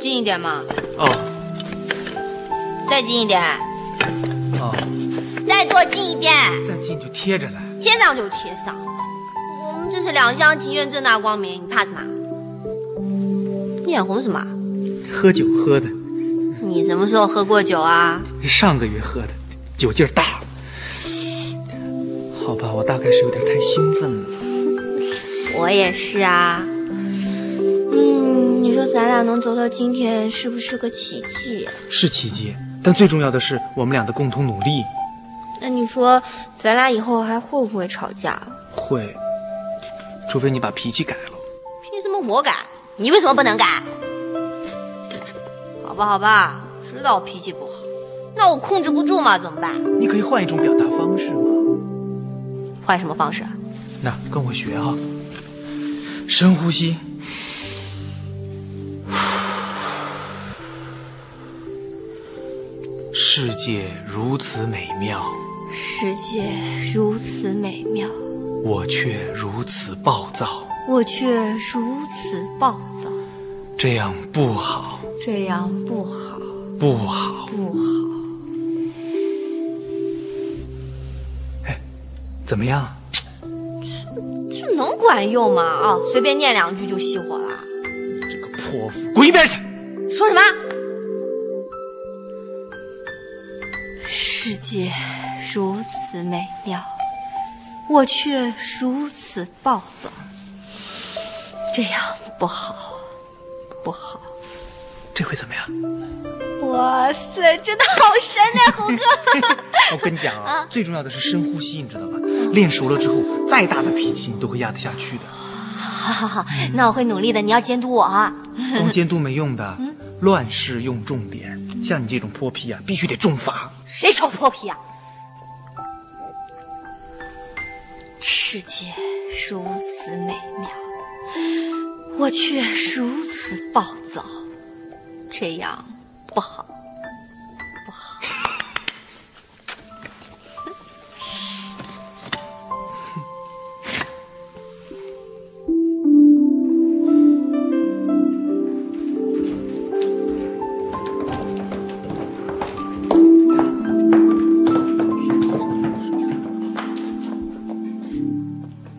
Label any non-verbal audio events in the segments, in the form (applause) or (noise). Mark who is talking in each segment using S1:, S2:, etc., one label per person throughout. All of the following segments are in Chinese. S1: 近一点嘛，
S2: 哦
S1: 再近一点，
S2: 哦，
S1: 再坐近一点，
S2: 再近就贴着来。
S1: 贴上就贴上。我们这是两厢情愿，正大光明，你怕什么？你脸红什么？
S2: 喝酒喝的，
S1: 你什么时候喝过酒啊？
S2: 是上个月喝的，酒劲儿大了。好吧，我大概是有点太兴奋了。
S1: 我也是啊。嗯，你说咱俩能走到今天，是不是个奇迹？
S2: 是奇迹，但最重要的是我们俩的共同努力。
S1: 那你说咱俩以后还会不会吵架？
S2: 会，除非你把脾气改了。
S1: 凭什么我改？你为什么不能改？好吧，好吧，知道我脾气不好，那我控制不住嘛，怎么办？
S2: 你可以换一种表达方式嘛。
S1: 换什么方式？
S2: 那跟我学啊，深呼吸，世界如此美妙，
S1: 世界如此美妙，
S2: 我却如此暴躁，
S1: 我却如此暴躁，
S2: 这样不好，
S1: 这样不好，
S2: 不好。
S1: 不好。
S2: 怎么样？
S1: 这能管用吗？啊、随便念两句就熄火了。
S2: 这个泼妇，滚一边去！
S1: 说什么？世界如此美妙，我却如此暴躁，这样不好，不好。
S2: 这回怎么样？
S1: 哇塞，真的好神呐、 (laughs) 猴哥！
S2: (laughs) 我跟你讲啊，最重要的是深呼吸，你知道吧？练熟了之后，再大的脾气你都会压得下去的。
S1: 好好，那我会努力的，你要监督我啊。
S2: 光监督没用的，乱世用重典。像你这种泼皮啊，必须得重罚。
S1: 谁臭泼皮啊？世界如此美妙，我却如此暴躁，这样不好。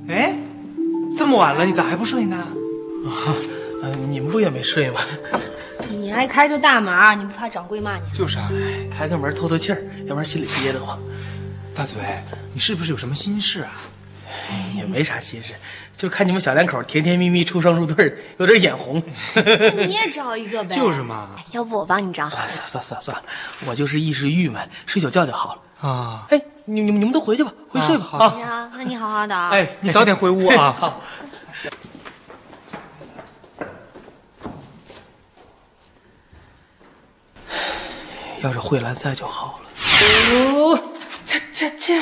S2: 哎，这么晚了，你咋还不睡 (laughs) 呢？
S3: 呃，你们不也没睡吗？
S1: 你还开着大门儿，你不怕掌柜骂你？
S2: 就是啊，
S3: 开个门透透气儿，要不然心里憋得慌。
S2: 大嘴，你是不是有什么心事啊？
S3: 哎也没啥心事，就看你们小两口甜甜蜜蜜出双入对儿，有点眼红。
S1: 啊 (laughs) 你也找一个呗。
S2: 就是。嘛，
S1: 要不我帮你 (laughs) 找？
S3: 啊，算算算算了，我就是一时郁闷，睡小觉就好了。
S2: 啊，
S3: 哎，你你们你们都回去吧，回去睡吧
S2: 啊好
S3: 啊。
S1: 哎呀，那你好好的啊。
S2: 哎，你早点回屋啊。
S3: 好要是慧兰在就好了。哦，恰恰恰！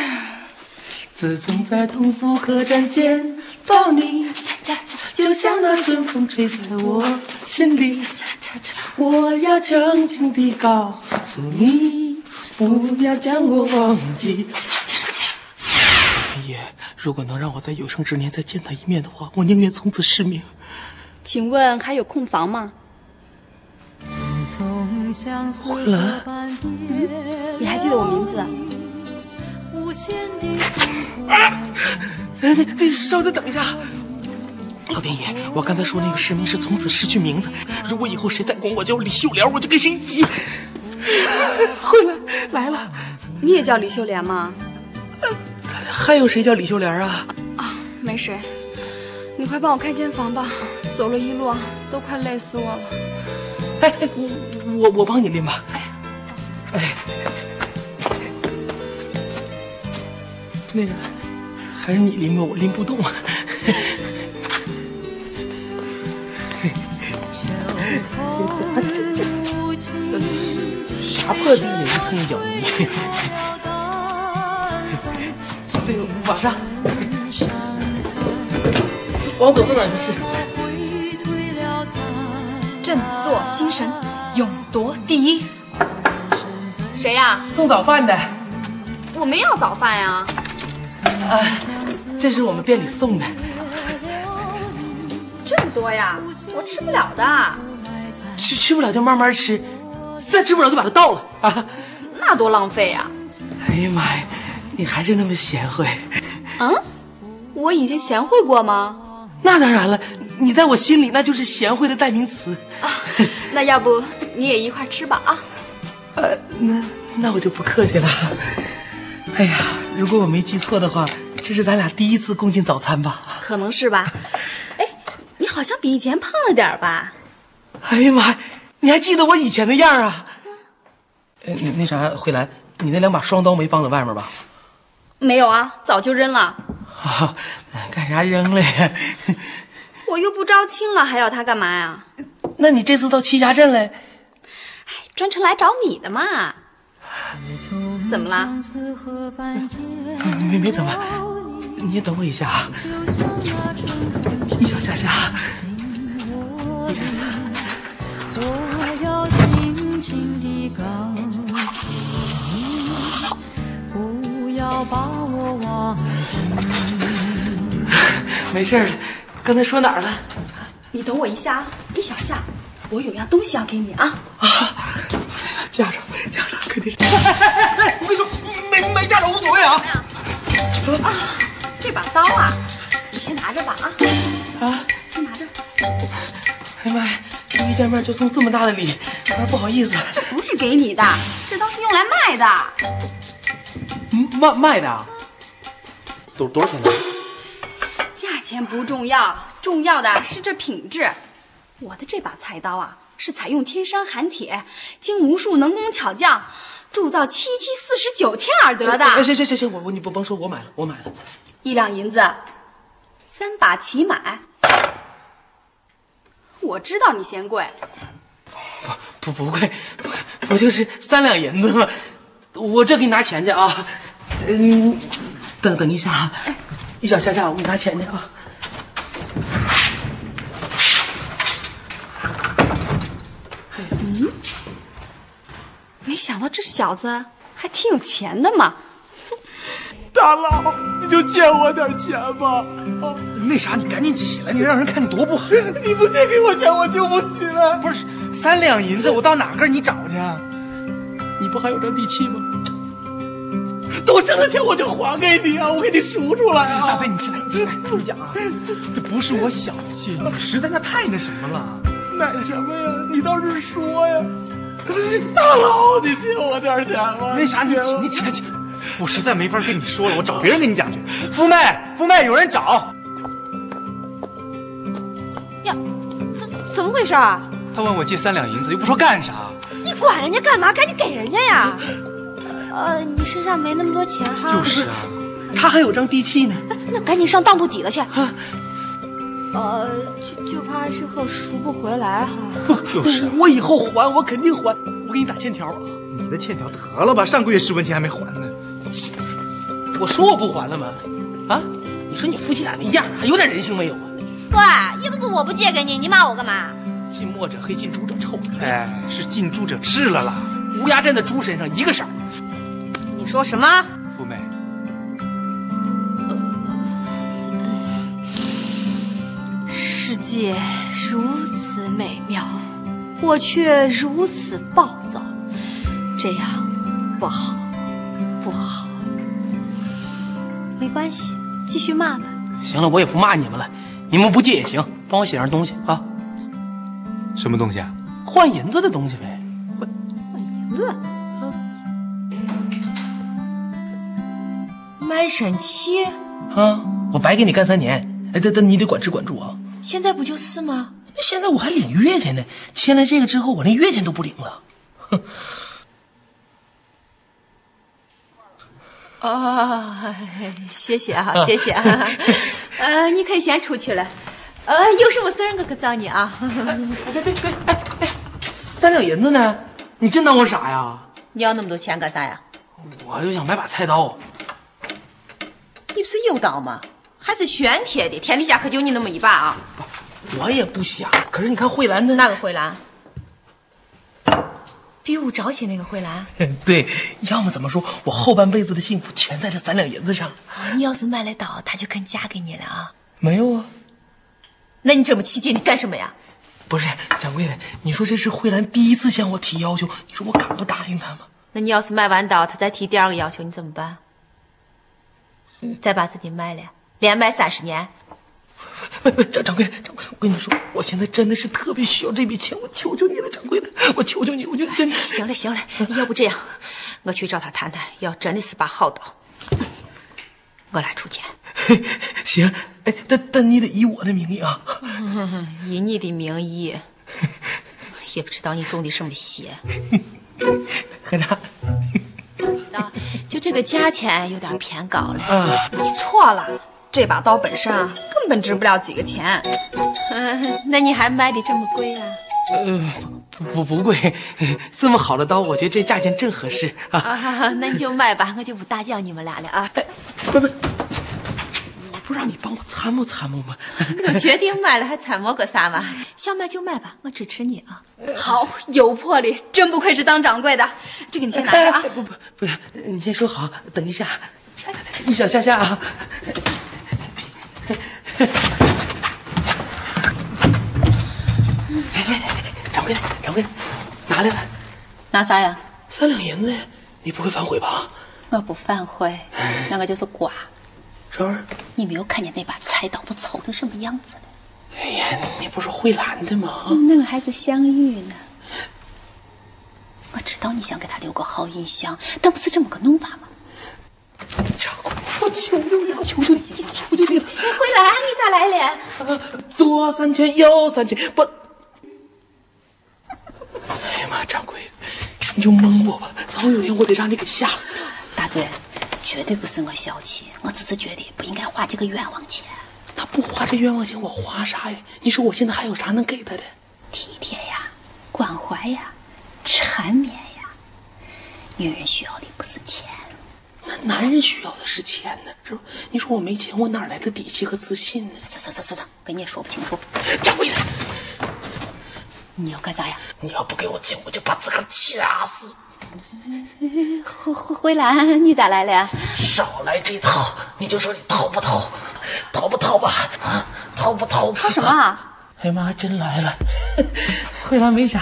S3: 自从在同福客栈见到你，恰恰恰，就像那春风吹在我心里，恰恰恰。我要轻轻地告诉你，不要将我忘记，恰恰恰。天爷，如果能让我在有生之年再见他一面的话，我宁愿从此失明。
S4: 请问还有空房吗？
S3: 慧兰，
S4: 你还记得我名字？啊
S3: 哎，你你稍微再等一下。老天爷，我刚才说那个失明是从此失去名字，如果以后谁再管我叫李秀莲，我就跟谁急。慧兰来了，
S4: 你也叫李秀莲吗？
S3: 还有谁叫李秀莲啊？
S4: 没谁，你快帮我开间房吧，走了一路啊都快累死我了。
S3: 哎，哎我我我帮你拎吧。哎，
S2: 哎
S3: 那个，还是你拎吧，我拎不动。啥破地也是蹭一脚泥。对，马上。往左弄点就是。
S4: 振作精神，勇夺第一。谁呀、
S3: 送早饭的，
S4: 我没要早饭呀、
S3: 这是我们店里送的。
S4: 这么多呀，我吃不了的。
S3: 吃吃不了就慢慢吃，再吃不了就把它倒了啊！
S4: 那多浪费呀、
S3: 哎呀妈呀，你还是那么贤惠。
S4: 我以前贤惠过 (laughs) 吗？
S3: 那当然了，你在我心里那就是贤惠的代名词。
S4: 那要不你也一块吃吧啊！
S3: 呃，那那我就不客气了。 (laughs) 哎呀，如果我没记错的话，这是咱俩第一次共进早餐吧？
S4: 可能是吧。哎，你好像比以前胖了点儿吧？
S3: 哎呀妈呀，你还记得我以前的样儿啊？呃，那那啥，慧兰，你那两把双刀没放在外面吧？
S4: 没有啊，早就扔了。
S3: 啊， (laughs) 干啥扔了呀？ (laughs)
S4: 我又不招亲了，还要它干嘛呀？
S3: 那你这次到栖霞镇来，
S4: 专程来找你的嘛。怎么啦？
S3: 没没怎么，你等我一下啊，一脚下下啊。
S5: 我要轻轻地告诉你，不要把我忘记。
S3: 没事儿了，刚才说哪儿了？
S4: 你等我一下啊，一小下，我有样东西要给你啊。
S3: 驾照，驾照，肯定是。哎哎哎哎，我跟你说，没没驾照无所谓啊。
S4: 这把刀啊，你先拿着吧啊，
S3: 啊，
S4: 先拿着，
S3: 哎呀妈呀，一见面就送这么大的礼，有点不好意思。
S4: 这不是给你的，这刀是用来卖的，
S3: 嗯卖卖的啊？多多少钱呢？
S4: 价钱不重要，重要的是这品质。我的这把菜刀啊，是采用天山寒铁，经无数能工巧匠铸造七七四十九天而得的，
S3: 哎，行行行行，我我你不甭说，我买了，我买了。
S4: 一两银子，三把齐买。我知道你嫌贵，
S3: 不不贵，不不就是三两银子吗？我这给你拿钱去啊。嗯，等等一下啊，一小下下，我给你拿钱去啊。
S4: 没想到这小子还挺有钱的嘛。
S2: (laughs) 大佬，你就借我点钱吧。那啥，你赶紧起来，你让人看你多不好。 (laughs) 你不借给我钱，我就不起来。不是三两银子，我到哪个你找去？啊你不还有张地契吗？
S3: 等我挣了钱我就还给你啊，我给你赎出来啊。
S2: 大嘴，你起来，你起来，我跟你讲啊，这不是我小气，你实在那太那什么了。
S3: 奶什么呀？你倒是说呀！大佬，你借我点钱吧。
S2: 那啥，你起，你起来，起来，我实在没法跟你说了，我找别人跟你讲去。夫妹，夫妹，有人找。
S5: 呀，怎怎么回事啊？
S2: 他问我借三两银子，又不说干啥。
S5: 你管人家干嘛？赶紧给人家
S1: (laughs)
S5: 呀！呃，你身上没那么多钱哈，
S2: 是啊，
S3: 他还有张地契呢。
S5: 那赶紧上当铺抵了去。
S6: 呃，就就怕之后赎不回来哈。
S2: 就是啊。
S3: 我以后还，我肯定还。我给你打欠条啊！
S2: 你的欠条得了吧，上个月十文钱还没还呢。
S3: 我说我不还了吗？啊？你说你夫妻俩那样，还有点人性没有啊？
S7: (laughs) 喂，又不是我不借给你，你骂我干嘛？
S3: 近墨者黑，近朱者臭。
S2: 哎，是近朱者赤了啦。
S3: 乌鸦站在猪身上一个色儿。
S7: 你说什么？
S2: 富妹，
S6: 世界如此美妙，我却如此暴躁，这样不好，不好。没关系，继续骂吧。
S3: 行了，我也不骂你们了，你们不借也行，帮我写上东西啊，
S2: 什么东西啊？
S3: 换银子的东西呗。
S7: 卖身契，
S3: 啊，我白给你干三年，哎，但但你得管吃管住啊。
S7: 现在不就是吗？
S3: 那现在我还领月钱呢，签了这个之后，我连月钱都不领了。
S7: 哦，谢谢啊，谢谢啊。呃，你可以先出去了。呃，有什么事儿我可找你啊。
S3: 三两银子呢？你真当我傻呀？
S7: 你要那么多钱干啥呀？
S3: 我就想买把菜刀。
S7: 你不是有刀吗？还是玄铁的，天底下可就你那么一把啊！
S3: 我也不想，可是你看慧兰她
S7: 哪个慧兰？比武招亲那个慧兰，
S3: (laughs) 对，要么怎么说我后半辈子的幸福全在这三两银子上？
S7: 你要是买了刀，她就肯嫁给你了啊！
S3: 没有啊，
S7: 那你这么气劲，你干什么呀？
S3: 不是掌柜的，你说这是慧兰第一次向我提要求，你说我敢不答应她吗？
S7: 那你要是卖完刀，他再提第二个要求，你怎么办？再把自己卖了呀，连卖三十年。
S3: 不不，掌掌柜的，掌柜的，我跟你说，我现在真的是特别需要这笔钱，我求求你了，掌柜的，我求求你，我就真的
S7: 行了行了，要不这样，我去找他谈谈。要真的是把好刀，我来出钱。
S3: (laughs) 行。哎，但但你得以我的名义啊，
S7: 以你的名义，也不知道你中的什么邪。
S3: 何尝
S7: 就这个价钱有点偏高了。
S3: 啊？
S4: 你错了，这把刀本身啊，根本值不了几个钱。
S7: 嗯，那你还卖的这么贵啊？ (laughs)
S3: 呃，不不不贵， (laughs) 这么好的刀，我觉得这价钱正合适啊。
S7: 啊，那你就卖吧，我就不打搅你们俩了啊。
S3: 不不，我不让你帮我参谋参谋吗？
S7: 我决定买了，还参谋个啥嘛？想买就买吧，我支持你啊。好，有魄力，真不愧是当掌柜的。这个你先拿着
S3: 哎，
S7: (laughs) 啊。
S3: 不不不是，你先收好，等一下，一小下下啊。来来来，哎掌柜的，掌柜的，拿来吧，
S7: 拿啥呀？
S3: 三两银子，你不会反悔吧？
S7: 我不反悔，那个就是瓜。
S3: 是不是？
S7: 你没有看见那把菜刀都丑成什么样子了？
S3: 哎呀，你不是慧兰的吗？
S7: 那个还是相遇呢。我知道你想给他留个好印象，但不是这么个弄法吗？
S3: 掌柜的，我求求你，我求求你，我求求你了！
S7: 回来，你咋来了？
S3: 左三圈，右三圈，不。哎呀妈，掌柜的，你就蒙我吧，总有一天我得让你给吓死了。
S7: 大嘴，绝对不是我小气，我只是觉得不应该花这个冤枉钱。
S3: 他不花这冤枉钱，我花啥呀？你说我现在还有啥能给他的？
S7: 体贴呀，关怀呀，缠绵呀，女人需要的不是钱。
S3: 那男人需要的是钱呢，是吧？你说我没钱，我哪来的底气和自信呢？
S7: 算算算算算，跟你也说不清楚。
S3: 掌柜的，
S7: 你要干啥呀？
S3: 你要不给我钱，我就把自个儿掐死！
S7: 回回回兰，你咋来了？
S3: 少来这套，你就说你掏不掏？掏不掏吧？啊，掏不掏？掏什
S4: 什么？啊？
S3: 哎呀妈，还真来了！慧兰没啥，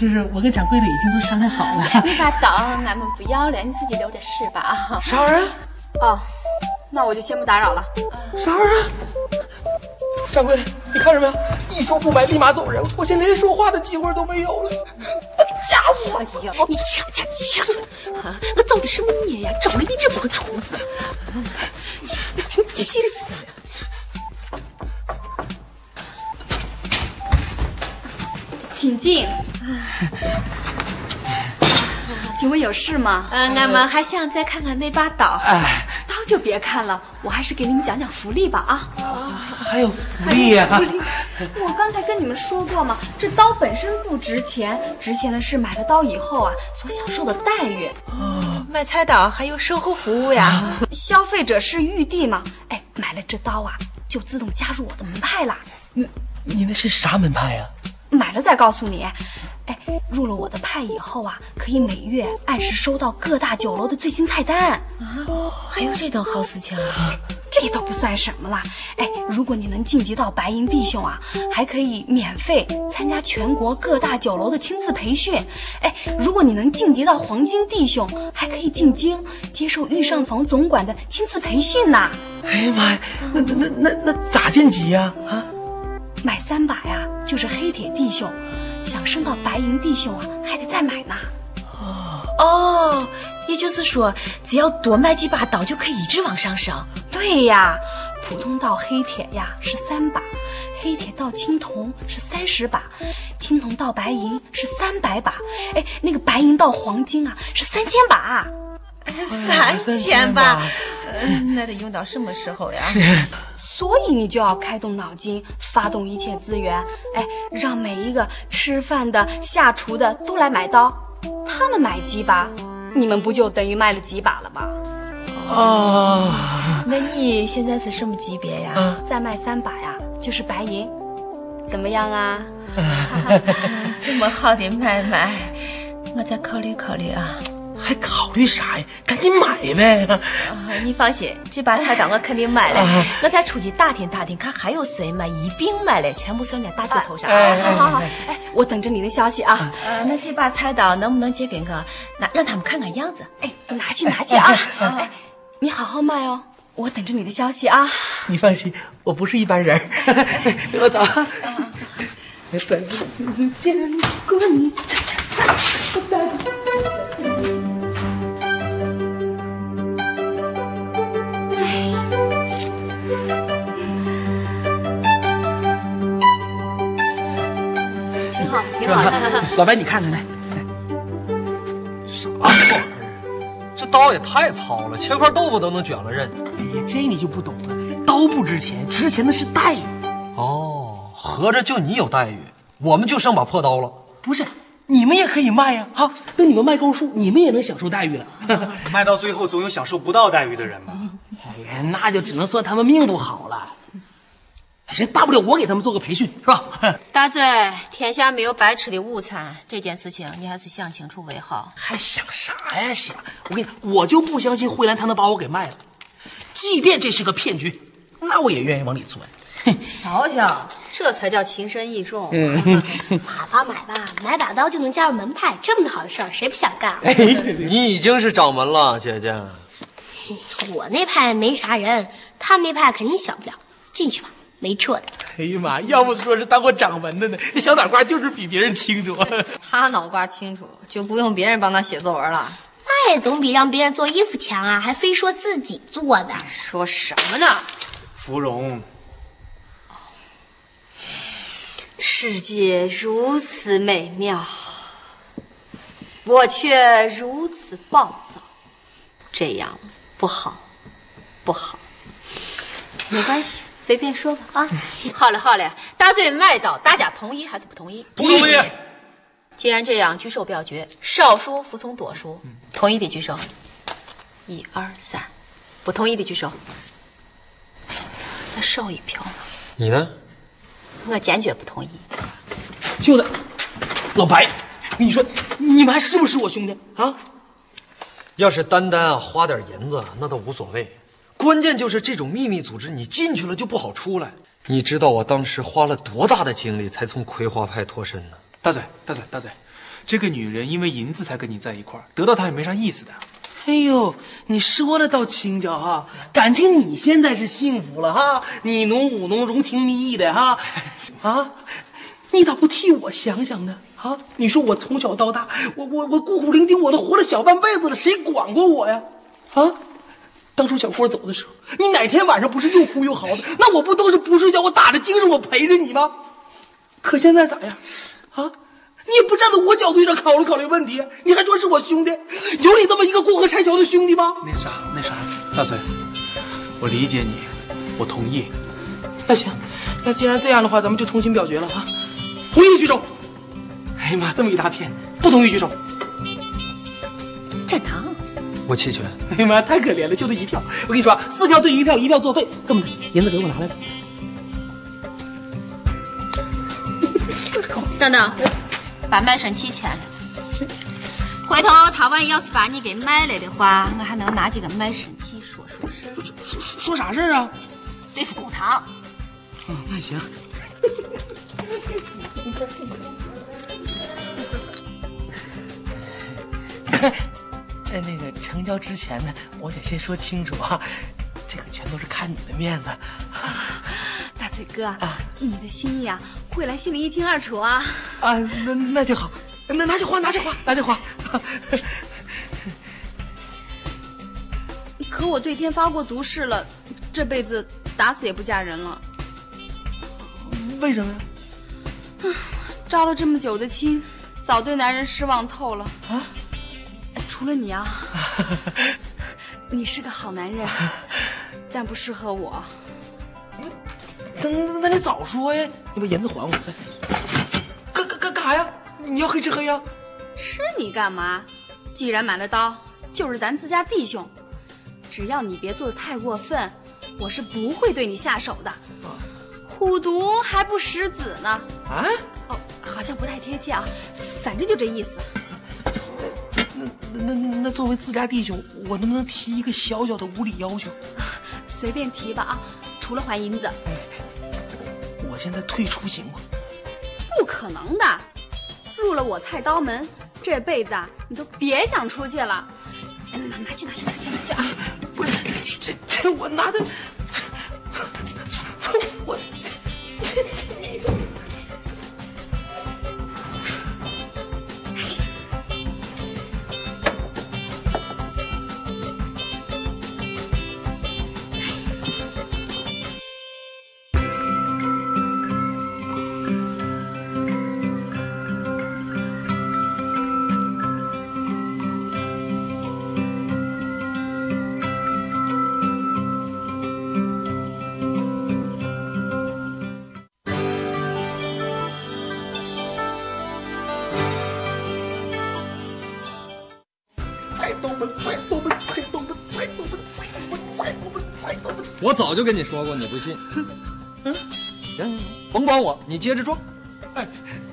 S3: 就是我跟掌柜的已经都商量好了。
S7: 那把刀俺们不要了，你自己留着使吧啊。
S3: 啥玩意儿啊？
S4: 哦，那我就先不打扰了。
S3: 啥玩意儿啊？掌柜的，你看着没有？一说不买，立马走人。我现在连说话的机会都没有了，吓死我
S7: 哎
S3: 了！
S7: 呀，你抢抢抢！啊，我揍的什么孽呀？找了你这么个厨子，真气死了！
S4: 请进。请问有事吗？
S7: 嗯，俺们还想再看看那把刀。
S3: 哎，
S4: 刀就别看了，我还是给你们讲讲福利吧啊！
S3: 还有福利呀、
S4: 我刚才跟你们说过嘛，这刀本身不值钱，值钱的是买了刀以后啊所享受的待遇。
S7: 买菜刀还有售后服务呀？
S4: 消费者是玉帝嘛，哎，买了这刀啊，就自动加入我的门派啦。
S3: 那你那是啥门派呀、啊
S4: 买了再告诉你。哎，入了我的派以后啊，可以每月按时收到各大酒楼的最新菜单。哎
S7: 还有这等好事情啊？
S4: 这都不算什么啦！哎，如果你能晋级到白银弟兄啊，还可以免费参加全国各大酒楼的亲自培训。哎，如果你能晋级到黄金弟兄，还可以进京接受御上房总管的亲自培训呐、
S3: 哎呀妈呀，那那那那那咋晋级呀、啊？
S4: 买三把呀，就是黑铁弟兄，想升到白银弟兄啊，还得再买呢。
S7: 哦，也就是说，只要多买几把刀，就可以一直往上升。
S4: 对呀，普通到黑铁呀是三把，黑铁到青铜是三十把，青铜到白银是三百把，哎，那个白银到黄金啊是三千把。
S7: 三
S3: 千
S7: 千
S3: 吧
S7: 吧，嗯那得用到什么时候呀？ (laughs)
S4: 所以你就要开动脑筋，发动一切资源，哎，让每一个吃饭的、下厨的都来买刀，他们买几把，你们不就等于卖了几把了吗？
S3: 啊，
S7: 那你现在是什么级别呀？
S4: 再卖三把呀，就是白银，怎么样啊？
S7: 这么好的买卖，我再考虑考虑啊。
S3: 还考虑啥呀？赶紧买呗！
S7: 啊你放心，这把菜档我肯定买了
S3: 哎。
S7: 我再出去打听打听，看还有谁买，一并买了，全部算在大腿头上。
S3: 哎
S7: 好好好，
S4: 哎，我等着你的消息啊！
S8: 嗯
S7: 呃，那这把菜刀能不能借给我？那让他们看看样子。
S4: 哎，拿去拿去啊！哎，你好好卖哦，我等着你的消息啊！
S3: 你放心，我不是一般
S9: (laughs)
S3: 人儿。我走。
S9: 嗯
S3: 再见，过你。
S7: 挺好的，
S3: 老白，你看看来，
S8: 啥玩意儿？这刀也太糙了，切块豆腐都能卷了刃。
S3: 你这你就不懂了。刀不值钱，值钱的是待遇。
S8: 哦，合着就你有待遇，我们就剩把破刀了。
S3: 不是，你们也可以卖呀、哈，等你们卖够数，你们也能享受待遇了。 (laughs)
S9: 卖到最后总有享受不到待遇的人吧？
S3: 哎呀，那就只能算他们命不好了。行，大不了我给他们做个培训，是吧？ (laughs)
S1: 大嘴，天下没有白吃的午餐，这件事情你还是想清楚为好。
S3: 还想啥呀想？我跟你，我就不相信慧兰她能把我给卖了。即便这是个骗局，那我也愿意往里钻。
S1: 瞧瞧，这才叫情深意重。 (laughs)
S5: 买吧买吧，买把刀就能加入门派，这么好的事儿谁不想干？啊
S8: 哎你已经是掌门了，姐姐。
S5: (laughs) 我那派没啥人，他们那派肯定小不了。进去吧，没错的。
S3: 哎呀妈，要不说是当过掌门的呢，这小脑瓜就是比别人清楚。
S1: 他脑瓜清楚，就不用别人帮他写作文了。
S5: 那也总比让别人做衣服强啊，还非说自己做的。
S1: 说什么呢？
S9: 芙蓉，
S6: 世界如此美妙，我却如此暴躁，这样不好，不好。没关系，随便说吧啊。
S1: 好嘞好嘞，大嘴卖刀，大家同意还是不同意？
S8: 不同意。
S1: 既然这样，举手表决，少数服从多数。同意的举手，一二三；不同意的举手，再少一票嘛。
S8: 你呢？
S1: 我坚决不同意。
S3: 兄弟，老白，你说你们还是不是我兄弟啊？
S8: 要是单单啊花点银子，那倒无所谓。关键就是这种秘密组织，你进去了就不好出来。你知道我当时花了多大的精力才从葵花派脱身呢？
S9: 大嘴，大嘴，大嘴，这个女人因为银子才跟你在一块儿，得到她也没啥意思的。
S3: 哎呦，你说的倒轻巧哈，感情你现在是幸福了哈，你侬我侬，荣情蜜意的哈，啊，你咋不替我想想呢？啊，你说我从小到大，我我我孤苦伶仃，我都活了小半辈子了，谁管过我呀？啊，当初小郭走的时候，你哪天晚上不是又哭又嚎的？那我不都是不睡觉，我打着精神，我陪着你吗？可现在咋样？啊，你也不站在我角度上考虑考虑问题，啊你还说是我兄弟，有你这么一个过河拆桥的兄弟吗？
S9: 那啥，那啥，大嘴，我理解你，我同意。
S3: 那行，那既然这样的话，咱们就重新表决了啊！同意的举手。哎呀妈，这么一大片，不同意举手。
S7: 战堂，
S8: 我弃权。
S3: 哎呀妈，太可怜了，就这一票。我跟你说啊，四票对一票，一票作废。这么的，银子给我拿来吧。
S1: 等等，把卖身契签了。回头他万一要是把你给卖了的话，我还能拿这个卖身契说说事儿，
S3: 说说说啥事儿啊？
S1: 对付公堂。
S3: 嗯，那行。哎，那个成交之前呢，我想先说清楚啊，这个全都是看你的面子。
S4: 大嘴哥，啊你的心意啊，慧兰心里一清二楚啊。
S3: 啊，那那就好，那拿去花，拿去花，拿去花。 (laughs)
S4: 可我对天发过毒誓了，这辈子打死也不嫁人了。
S3: 为什么呀？
S4: 招了这么久的亲，早对男人失望透了啊！除了你啊，你是个好男人，但不适合我。
S3: 那那那你早说呀！你把银子还我。干干干干啥呀？你要黑吃黑呀？
S4: 吃你干嘛？既然买了刀，就是咱自家弟兄，只要你别做的太过分，我是不会对你下手的。
S1: 哦
S4: 虎毒还不食子呢。
S3: 啊？
S4: 哦，好像不太贴切啊，反正就这意思。
S3: 那那那那作为自家弟兄，我能不能提一个小小的无理要求？
S4: 随便提吧啊，除了还银子，
S3: 我现在退出行吗？
S4: 不可能的。入了我菜刀门，这辈子啊，你都别想出去了。哎拿拿去拿去拿去拿去啊！
S3: 这这我拿的， (laughs) 我 (laughs)
S5: 这这这。
S3: 菜刀门，菜刀门，菜刀门，菜刀门，菜刀门，菜刀门，菜刀门。
S8: 我早就跟你说过，你不信。
S3: 嗯，
S8: 行，甭管我，你接着撞。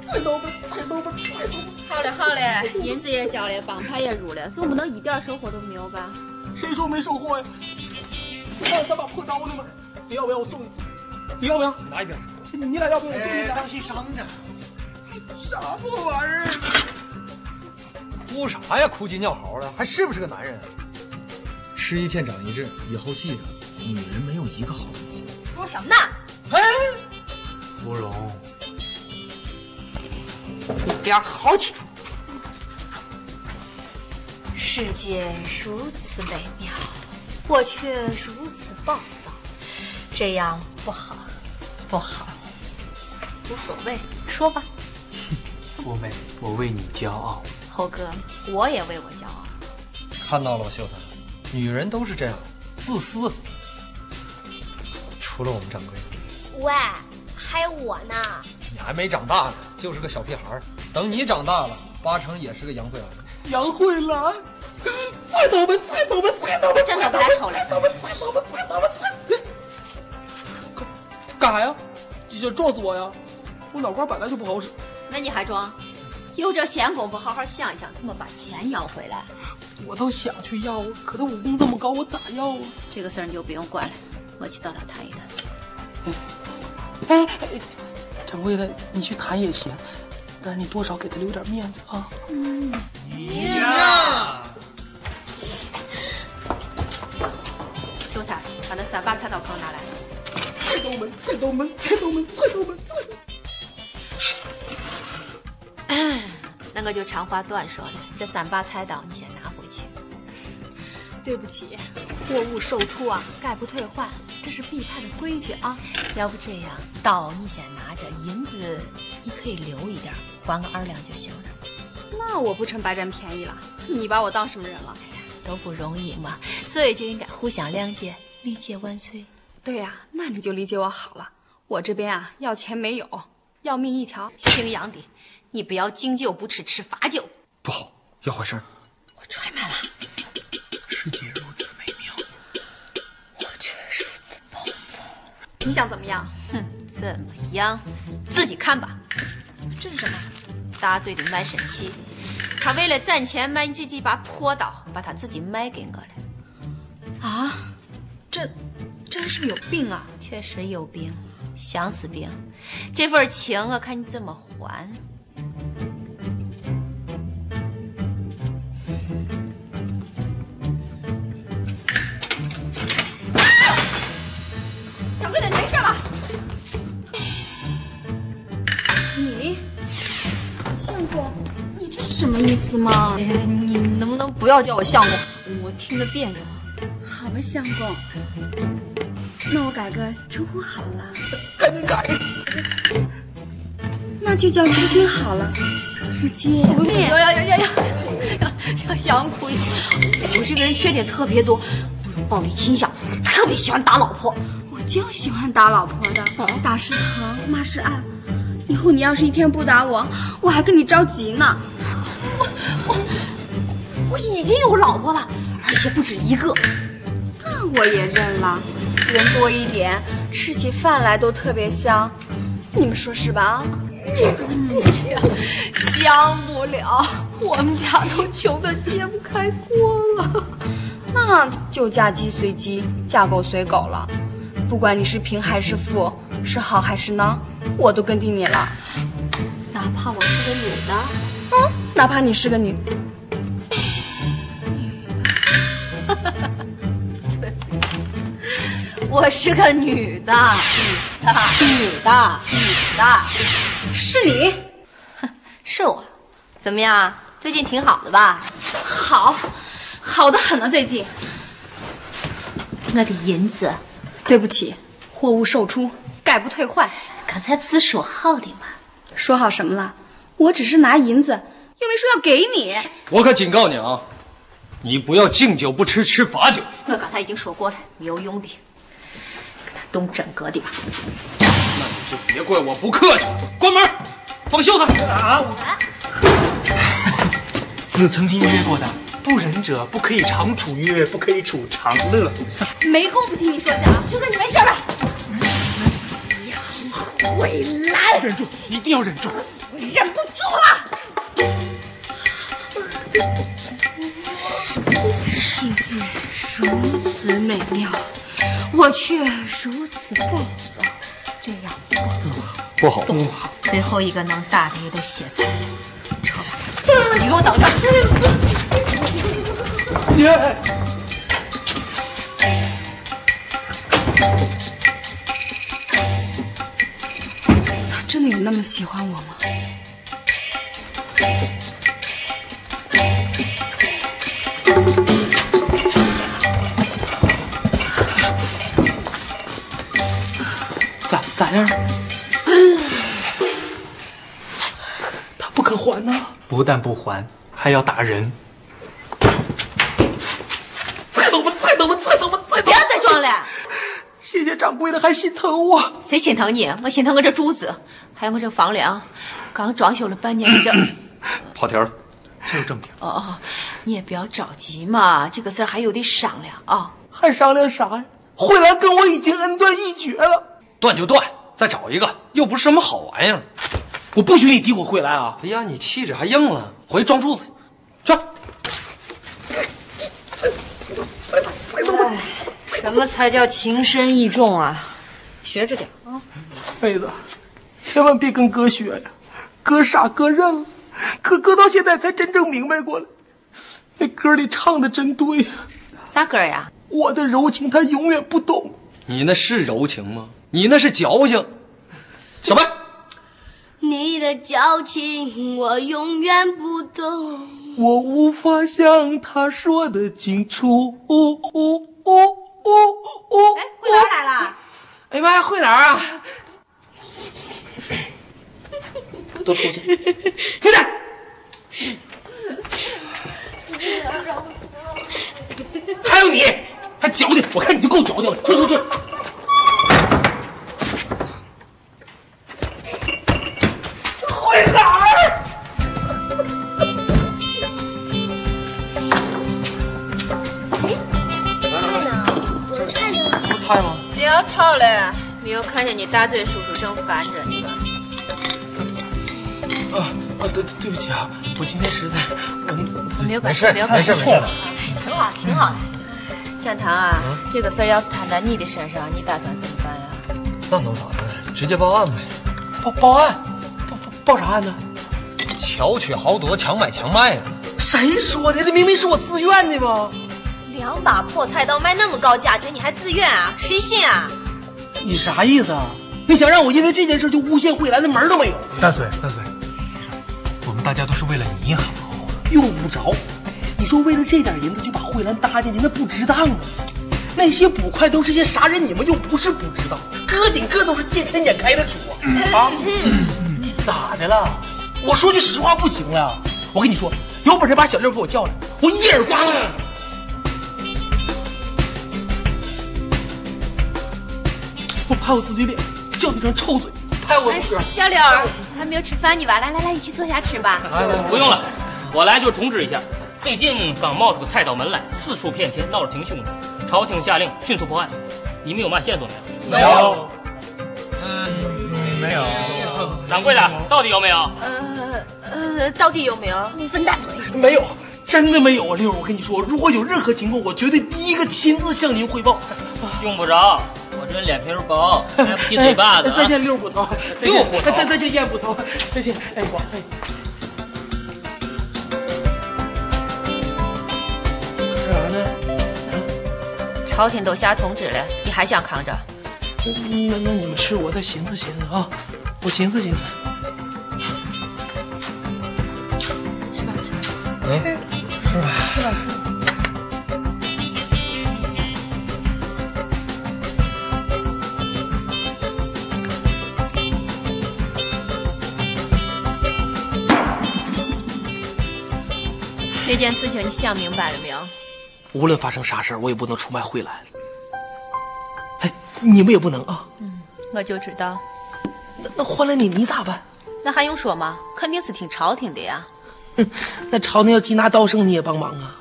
S3: 菜刀门，菜刀门，菜刀门。
S1: 好嘞好嘞，银子也交了，帮派也入了，总不能一点收获都没有吧？
S2: 谁说没收获呀？你看三把破刀呢吗？你要不要我送你？你要不要？拿一个。你俩要不要我送你俩？当心伤着。啥破玩意儿？
S8: 哭啥呀？哭鸡尿嚎的，还是不是个男人？吃一堑长一智，以后记着，女人没有一个好东西。
S1: 说什么呢？
S8: 哎，芙蓉，
S1: 一边好起来。
S6: 世界如此美妙，我却如此暴躁，这样不好，不好。无所谓，说吧，
S9: 波妹，我为你骄傲。
S6: 猴哥，我也为我骄傲。
S8: 看到了吧，秀才，女人都是这样，自私。除了我们掌柜，
S10: 喂，还有我呢。
S8: 你还没长大呢，就是个小屁孩儿。等你长大了，八成也是个杨贵兰。
S2: 杨慧兰，菜刀门，菜刀门，菜刀门，
S1: 真的不打瞅了
S2: 菜刀门，菜刀门，菜刀门，菜干啥呀？你想撞死我呀？我脑瓜本来就不好使。
S1: 那你还装？有这闲工夫，好好想一想怎么把钱要回来。
S2: 我倒想去要啊，可他武功那么高，我咋要啊？
S1: 这个事儿你就不用管了，我去找他谈一谈。
S3: 哎，哎掌柜的，你去谈也行，但是你多少给他留点面子啊。
S5: 嗯，
S1: 你呀，秀才，把那三把菜刀给我拿来。
S2: 菜刀门，菜刀门，菜刀门，菜刀门，菜刀门。
S1: 那我就长话短说了，这三把菜刀你先拿回去。
S4: 对不起，货物售出啊，概不退换，这是毕派的规矩啊。
S1: 要不这样，刀你先拿着，银子你可以留一点，还个二两就行了。
S4: 那我不成白占便宜了？你把我当什么人了？
S1: 都不容易嘛，所以就应该互相谅解，理解万岁。
S4: 对呀、那你就理解我好了。我这边啊，要钱没有，要命一条。姓杨的，
S1: 你不要敬酒不吃吃罚酒。
S8: 要坏事儿，
S1: 踹满了，
S3: 世界如此美妙，
S1: 我却如此暴躁。
S4: 你想怎么样？
S1: 哼，怎么样？自己看吧。这是什么？大嘴的卖身契。他为了攒钱卖这几把破刀，把他自己卖给我了。
S4: 啊，这这人是不是有病啊？
S1: 确实有病，想死病。这份情我看你怎么还。
S4: 掌柜的，你没事吧？你，相公，你这是什么意思嘛？你能不能不要叫我相公？我听着别扭。好吧，相公，那我改个称呼好了。赶紧改。那就叫夫君好了。夫君，
S1: 要要要要要要杨奎，
S6: 我这个人缺点特别多，我有暴力倾向，特别喜欢打老婆。
S4: 我就喜欢打老婆的，打是疼，骂是爱。以后你要是一天不打我，我还跟你着急呢。
S6: 我已经有老婆了，而且不止一个。
S4: 那我也认了，人多一点，吃起饭来都特别香，嗯你们说是吧？香不了。
S11: 我们家都穷的揭不开锅了。
S4: 那就嫁鸡随鸡，嫁狗随狗了。不管你是贫还是富，是好还是孬，我都跟定你了。
S12: 哪怕我是个女的，
S4: 嗯，哪怕你是个女，
S11: (laughs) (laughs) 我是个女的，女的，女的，女的，是你，
S1: 是我，怎么样？最近挺好的吧？
S11: 好，好的
S4: 啊
S11: 很呢。最近，
S1: 我的银子，
S4: 对不起，货物售出，概不退换。
S1: 刚才不是说好的吗？
S4: 说好什么了？我只是拿银子，又没说要给你。
S8: 我可警告你啊，你不要敬酒不吃吃罚酒。
S1: 我刚才已经说过了，没有用的，跟他动真格的吧。
S8: 那你就别怪我不客气，关门，放袖子。啊！
S2: 子曾经曰过的，不仁者不可以长处曰，不可以处长乐。
S4: 没工夫听你说教，就算你没事吧。
S13: 杨慧兰，
S2: 忍住，一定要忍住。
S13: 忍不住了。
S12: 世界如此美妙，我却如此暴躁，
S1: 这样
S8: 不好，
S1: 不好。最后一个能打的也得歇菜了，撤吧，你给我等着。
S4: 他真的有那么喜欢我吗？
S2: 咋咋样？
S8: 啊
S2: 他不肯还呢。不但不还，还要打人。
S3: 再等吧，再等吧，再等吧，再等
S1: 不要再装了，
S3: 谢谢掌柜的，还心疼我。
S1: 谁心疼你？我心疼我这柱子，还有我这房梁，刚装修了半年，
S3: (clears throat)
S1: 你这……
S8: 跑题儿，
S2: 这是正题。
S1: 哦哦，你也不要着急嘛，啊这个事儿还有的商量啊。
S3: 还商量啥呀？慧兰跟我已经恩断义绝了。
S8: 断就断，再找一个，又不是什么好玩意儿。
S3: 我不许你诋毁慧兰啊！
S8: 哎呀，你气质还硬了，回去装柱子去。
S14: 什么才叫情深意重啊？学着点啊！
S3: 妹子，千万别跟哥学呀，哥傻哥认了，可哥到现在才真正明白过来，那歌里唱的真对呀。
S1: 啥歌呀？
S3: 我的柔情他永远不懂。
S8: 你那是柔情吗？你那是矫情。小白，
S13: 你的矫情我永远不懂。
S3: 我无法像他说的清楚。哦哦哦哦哦！
S13: 哎，慧兰来了。
S3: 哎呀妈呀，慧兰啊！都出去， (laughs) 出去！还有你，还矫情，我看你就够矫情了。出去出去！慧兰。
S13: 我菜呢？
S8: 不菜吗？
S1: 别吵了，没有看见你大嘴叔叔正烦着你吧？
S3: 啊啊，对对不起啊，我今天实在，嗯我
S1: 没有关哦系，没有关系，
S3: 错了。
S1: 挺好，挺好的。展堂啊，这个事儿要是摊在你的身上，你打算怎么办啊呀、
S8: 那能咋办？直接报案呗。
S3: 报报案？报报啥案呢？
S8: 巧取豪夺，强买强卖啊！
S3: 谁说的？这明明是我自愿的嘛！
S1: 两把破菜刀卖那么高价钱，你还自愿啊？谁信啊？
S3: 你啥意思啊？你想让我因为这件事就诬陷慧兰的门儿都没有？
S2: 大嘴，大嘴，我们大家都是为了你好。
S3: 用不着。你说为了这点银子就把慧兰搭进去，那不值当啊！那些捕快都是些啥人？你们又不是不知道，个顶个都是见钱眼开的主
S15: 嗯
S3: 啊！咋的了？我说句实话不行了？我跟你说，有本事把小六给我叫来，我一耳刮了。我拍我自己脸，叫你一张臭嘴，拍我
S1: 哎，小柳儿还没有吃饭呢吧？来来来，一起坐下吃吧。
S16: 不用了，我来就是通知一下，最近刚冒出个菜刀门来，四处骗钱，闹得挺凶的。朝廷下令迅速破案，你们有嘛线索没有？
S15: 没有。
S16: 嗯掌柜的，到底有没有？
S1: 呃呃，呃，到底有没有？笨蛋嘴！
S3: 没有，真的没有啊，六儿，我跟你说，如果有任何情况，我绝对第一个亲自向您汇报。
S16: 用不着，我这脸皮儿薄，来不起嘴巴子、啊
S3: 哎再见，六捕头。再见
S16: 六捕头
S3: 哎再再见，燕捕头。再见，哎我哎。干啥呢？
S1: 朝廷都下通知了，你还想扛着？
S3: 那那你们吃，我再寻思寻思啊，我寻思寻思。
S1: 那件事情你想明白了没有？
S3: 无论发生啥事儿，我也不能出卖慧兰。哎，你们也不能啊。
S1: 我就知道，
S3: 那那换了你，你咋办？
S1: 那还用说吗？肯定是听朝廷的呀，
S3: 那朝廷要缉拿刀圣，你也帮忙啊。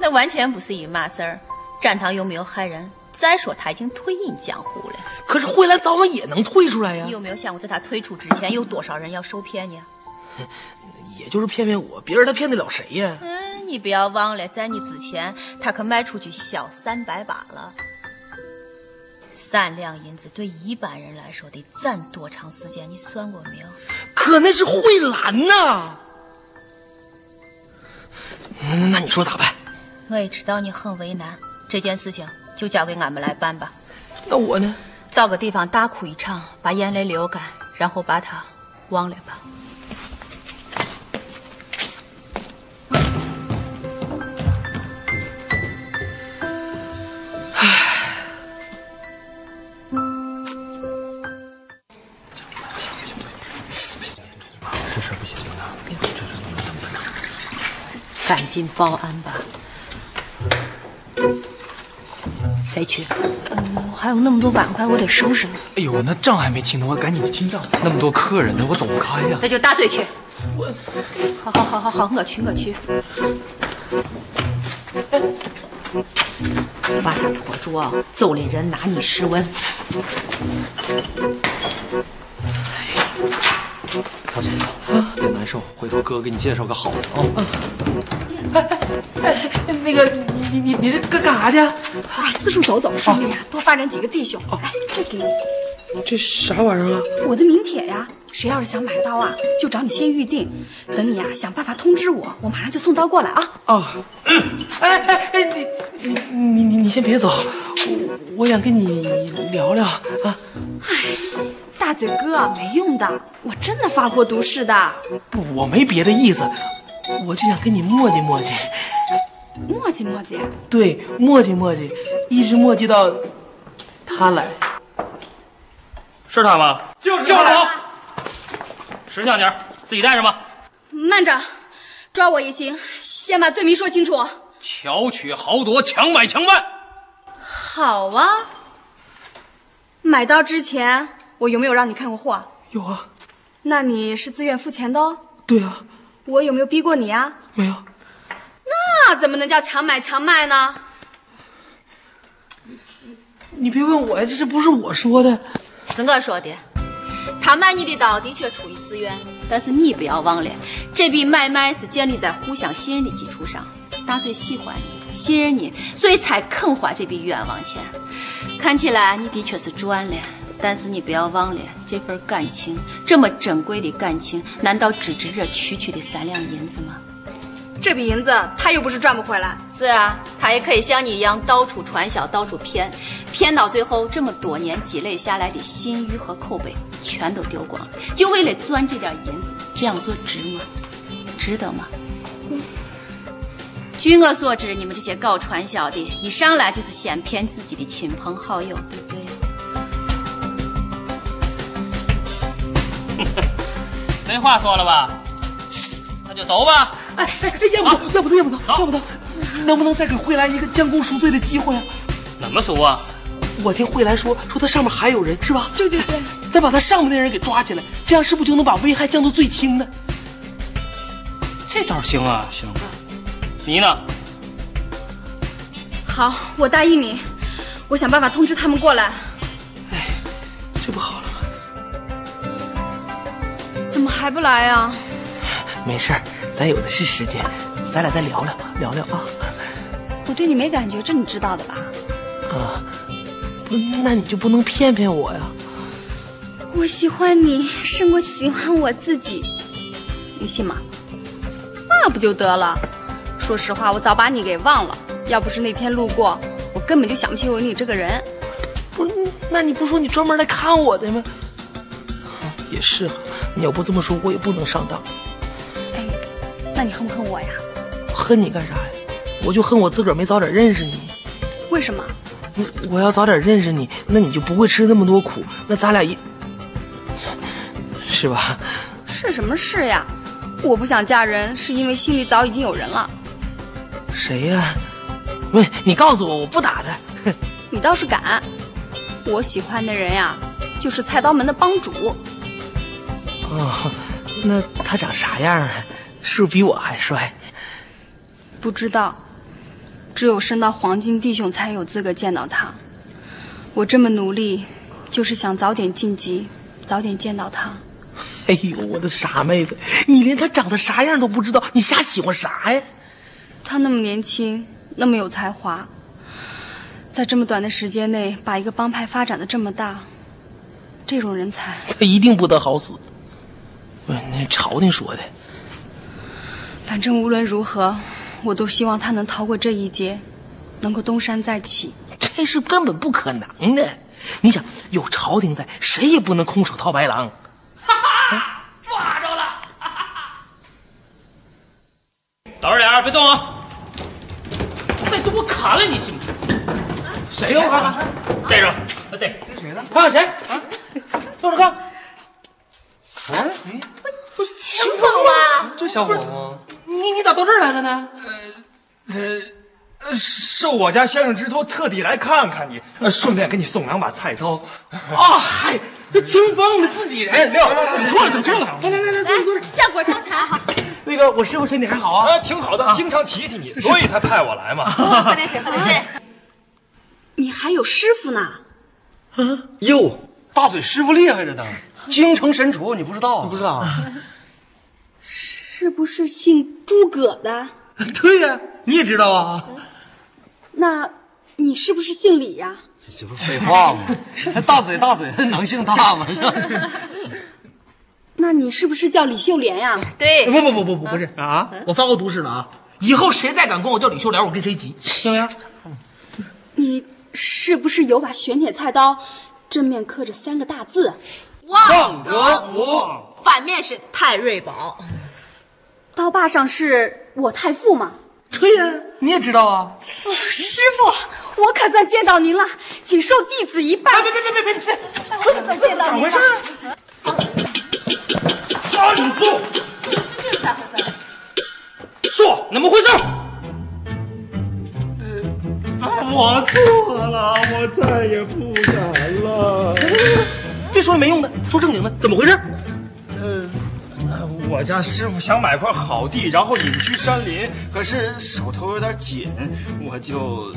S1: 那完全不是一码事儿。战堂有没有害人？再说他已经退隐江湖了，
S3: 可是慧兰早晚也能退出来呀
S1: 你，有没有想过，在他退出之前，有多少人要受骗呢？
S3: 也就是骗骗我，别人他骗得了谁呀？
S1: 嗯，你不要忘了，在你之前，他可卖出去小三百把了。三两银子对一般人来说得攒多长时间？你算过没有？
S3: 可那是慧兰呐。那那那你说咋办？
S1: 我也知道你很为难，这件事情就交给俺们来办吧。
S3: 那我呢？
S1: 找个地方大哭一场，把眼泪流干，然后把他忘了吧。
S8: 这事儿不行啊，这事不能这么干。
S7: 赶紧报案吧。谁去？
S6: 我还有那么多碗筷，我得收拾呢。
S9: 哎呦，那账还没清呢，我赶紧去清账。那么多客人呢，我走不开呀
S7: 那就大嘴去。我，好好好好好，我去我去。把他拖住啊！走的人拿你试问。
S8: 大嘴，别难受，回头哥给你介绍个好的啊。
S3: 那个，你你你你这干干啥去？
S4: 哎，四处走走，顺便呀，多发展几个弟兄。哎，这给你
S3: 这啥玩意儿啊？
S4: 我的名帖呀，谁要是想买刀啊，就找你先预定，等你呀想办法通知我，我马上就送刀过来啊。
S3: 啊，哎哎哎，你你你你你先别走，我我想跟你聊聊啊。
S4: 大嘴哥，啊没用的，我真的发过毒誓的。
S3: 不，我没别的意思，我就想跟你磨叽磨叽。
S4: 磨叽磨叽，
S3: 对，磨叽磨叽，一直磨叽到他来。
S16: 是他吗？就是
S3: 他。
S16: 识相点儿，自己带上吧。
S4: 慢着，抓我也行，先把罪名说清楚。
S16: 巧取豪夺，强买强卖。
S4: 好啊，买刀之前我有没有让你看过货？
S3: 有啊，
S4: 那你是自愿付钱的哦。
S3: 对啊，
S4: 我有没有逼过你啊？
S3: 没有。
S4: 那怎么能叫强买强卖呢？
S3: 你别问我呀，这这不是我说的。
S1: 是我说的，他买你的刀的确出于自愿，但是你不要忘了，这笔买卖是建立在互相信任的基础上。大嘴喜欢你，信任你，所以才肯花这笔冤枉钱。看起来你的确是赚了，但是你不要忘了，这份感情这么珍贵的感情，难道只值这区区的三两银子吗？
S4: 这笔银子他又不是赚不回来。
S1: 是啊，他也可以像你一样到处传销，到处骗，骗到最后，这么多年积累下来的信誉和口碑全都丢光了，就为了赚这点银子，这样做值吗？值得吗？据我所知，你们这些搞传销的，一上来就是先骗自己的亲朋好友，对不对？
S16: 没话说了吧？那就走吧。
S3: 哎哎，燕捕头，燕捕头，燕捕头，燕捕头，能不能再给慧兰一个将功赎罪的机会啊？
S16: 怎么说啊？
S3: 我听慧兰说，说她上面还有人，是吧？对对对。 (laughs) 再把她上面的人给抓起来，这样是不是就能把危害降到最轻呢？
S16: 这招行啊？行。你呢？
S4: 好，我答应你，我想办法通知他们过来。
S3: 这不好了，
S4: 啊怎么还不来呀、
S3: 没事儿，咱有的是时间，咱俩再聊聊聊聊啊
S4: 我对你没感觉，这你知道的吧？
S3: 啊！那那你就不能骗骗我呀？
S4: 我喜欢你胜过喜欢我自己，你信吗？那不就得了？说实话，我早把你给忘了，要不是那天路过，我根本就想不起有你这个人。
S3: 不是，那你不说你专门来看我的吗？也是，啊你要不这么说，我也不能上当。
S4: 哎那你恨不恨我呀？
S3: 恨你干啥呀？我就恨我自个儿没早点认识你。
S4: 为什么？
S3: 我要早点认识你，那你就不会吃那么多苦，那咱俩一，是吧？
S4: 是什么事呀？我不想嫁人，是因为心里早已经有人了。
S3: 谁呀、不是你告诉我，我不打他。
S4: 你倒是敢！我喜欢的人呀，就是菜刀门的帮主。
S3: 哦，那他长啥样啊？是不是比我还帅？
S4: 不知道，只有升到黄金弟兄才有资格见到他。我这么努力，就是想早点晋级，早点见到他。
S3: 哎呦，我的傻妹子，你连他长得啥样都不知道，你瞎喜欢啥呀？
S4: 他那么年轻，那么有才华，在这么短的时间内把一个帮派发展的这么大，这种人才，
S3: 他一定不得好死。不是那朝廷说的，
S4: 反正无论如何，我都希望他能逃过这一劫，能够东山再起。
S3: 这是根本不可能的。你想有朝廷在，谁也不能空手套白狼。
S16: 抓着了！ (laughs) 倒着脸儿别动啊！再动我砍了你哎信不信？
S3: 谁呀、啊？
S16: 带上，啊对，
S3: 谁呢？还有谁？啊，动着看。
S17: 哎，
S1: 秦风啊，
S17: 这小伙吗？
S3: 你你咋到这儿来了呢？
S17: 呃，受我家先生之托，特地来看看你，呃，顺便给你送两把菜刀。
S3: 啊，嗨，这清风的自己人。
S17: 哎哎哎
S3: 了？来来来来，坐坐
S1: 效果超强，好。
S3: 那个我师傅身体还好啊？
S17: 啊，挺好的，经常提起你，所以才派我来嘛。
S1: 喝点水，喝点水。
S4: 你还有师傅呢？
S18: 哟，大嘴师傅厉害着呢，京城神厨，你不知道、啊？不知道、
S4: 是不是姓诸葛的？
S3: 对呀、你也知道啊？
S4: 那你是不是姓李呀、
S18: 这不是废话吗？大嘴大嘴，能姓大吗？是吧
S4: 那你是不是叫李秀莲
S3: 哎
S4: 呀、
S1: 对
S3: 不不不不不不是啊！我发过毒誓了啊！以后谁再敢管我叫李秀莲，我跟谁急，行不行？
S4: 你是不是有把玄铁菜刀，正面刻着三个大字？
S1: 望
S18: 德福，
S1: 反面是太瑞宝。
S4: 刀把上是我太傅吗？
S3: 对呀、你也知道啊！
S4: 师傅，我可算见到您了，请受弟子一拜。
S3: 别别别别别别！
S4: 我可算见到您了。
S3: 咋回啊
S16: 站住！
S1: 这是咋回事？
S16: 说，怎么回事？
S17: (laughs) 我错了，我再也不敢了。
S3: 别说没用的，说正经的，怎么回事？
S17: 呃，我家师傅想买块好地，然后隐居山林，可是手头有点紧，我就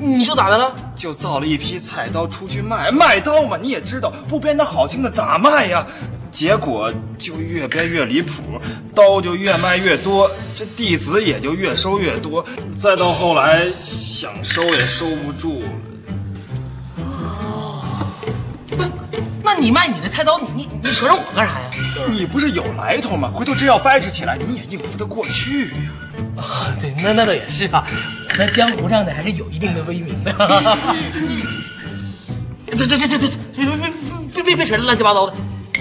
S3: 你就咋的了？
S17: 就造了一批菜刀出去卖。卖刀嘛，你也知道，不编点好听的咋卖呀？结果就越编越离谱，刀就越卖越多，这弟子也就越收越多。再到后来，想收也收不住。
S3: 那你卖你的菜刀，你你你扯上我干啥呀？
S17: 你不是有来头吗？回头真要掰扯起来，你也应付得过去呀。
S3: 啊，对，那那倒也是啊，我在江湖上呢还是有一定的威名的。 (laughs) 这这这这这别别别别别扯这乱七八糟的！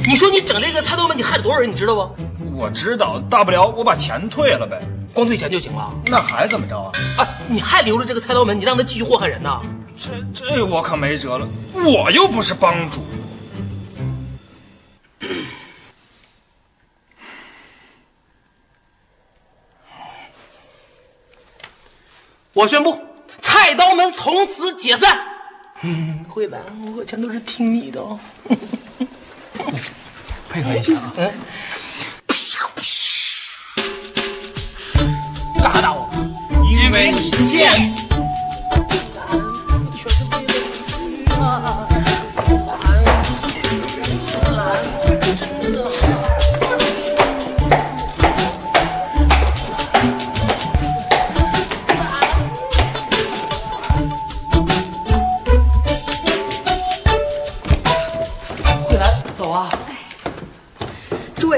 S3: 你说你整这个菜刀门，你害了多少人，你知道不？
S17: 我知道，大不了我把钱退了呗，
S3: 光退钱就行了。
S17: 那还怎么着啊？
S3: 啊，你还留着这个菜刀门，你让他继续祸害人呐？
S17: 这这我可没辙了，我又不是帮主。
S3: 我宣布，菜刀门从此解散。嗯，慧兰，我全都是听你的哦。
S17: 配合一下啊！
S3: 嗯，你干啥打我？
S17: 因为你
S3: 贱！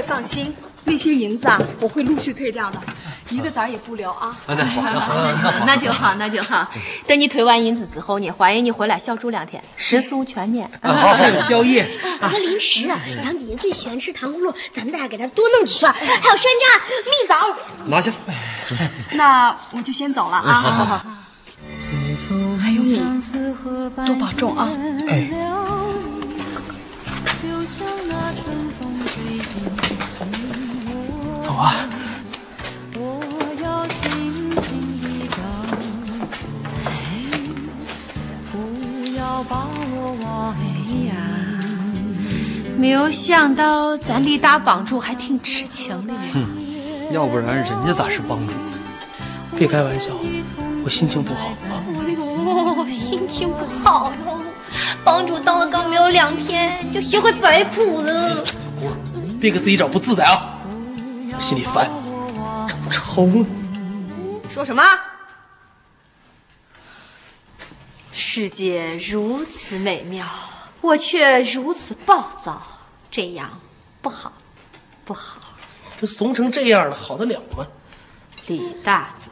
S4: 放心，那些银子啊，我会陆续退掉的，一个子儿也不留啊。
S19: 啊那好那好那好
S7: 那就好，那就好。等你退完银子之后，你欢迎你回来小住两天，食宿全免。
S2: 好还有宵夜，
S20: 啊，和零食啊！杨姐姐最喜欢吃糖葫芦，咱们大家给她多弄几串，还有山楂、蜜枣。
S19: 拿下。
S4: 那我就先走了啊。
S19: 好好
S4: 好。还有你，多保重啊。
S19: 哎
S3: 走啊！
S7: 没有想到咱李大帮主还挺痴情的呢。
S19: 哼，要不然人家咋是帮主？
S3: 别开玩笑，我心情不好啊。
S21: 哎呦，心情不好哟。帮主当了刚没有两天，就学会摆谱了。
S3: 别给自己找不自在啊！我心里烦，愁呢。
S4: 说什么？
S1: 世界如此美妙，我却如此暴躁，这样不好，不好。
S3: 他怂成这样了，好得了吗？
S1: 李大嘴，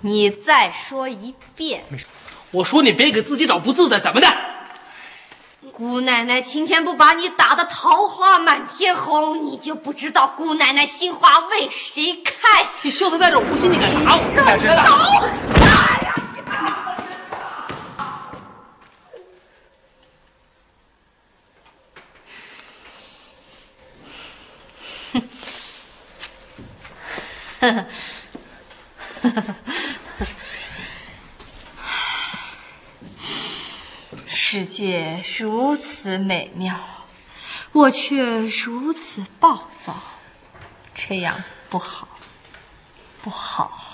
S1: 你再说一遍。
S3: 我说你别给自己找不自在，怎么的？
S1: 姑奶奶今天不把你打得桃花满天红，你就不知道姑奶奶心花为谁开。
S3: 你秀才在这，我不信你敢打我？
S1: 敢知道？世界如此美妙，我却如此暴躁，这样不好，不好。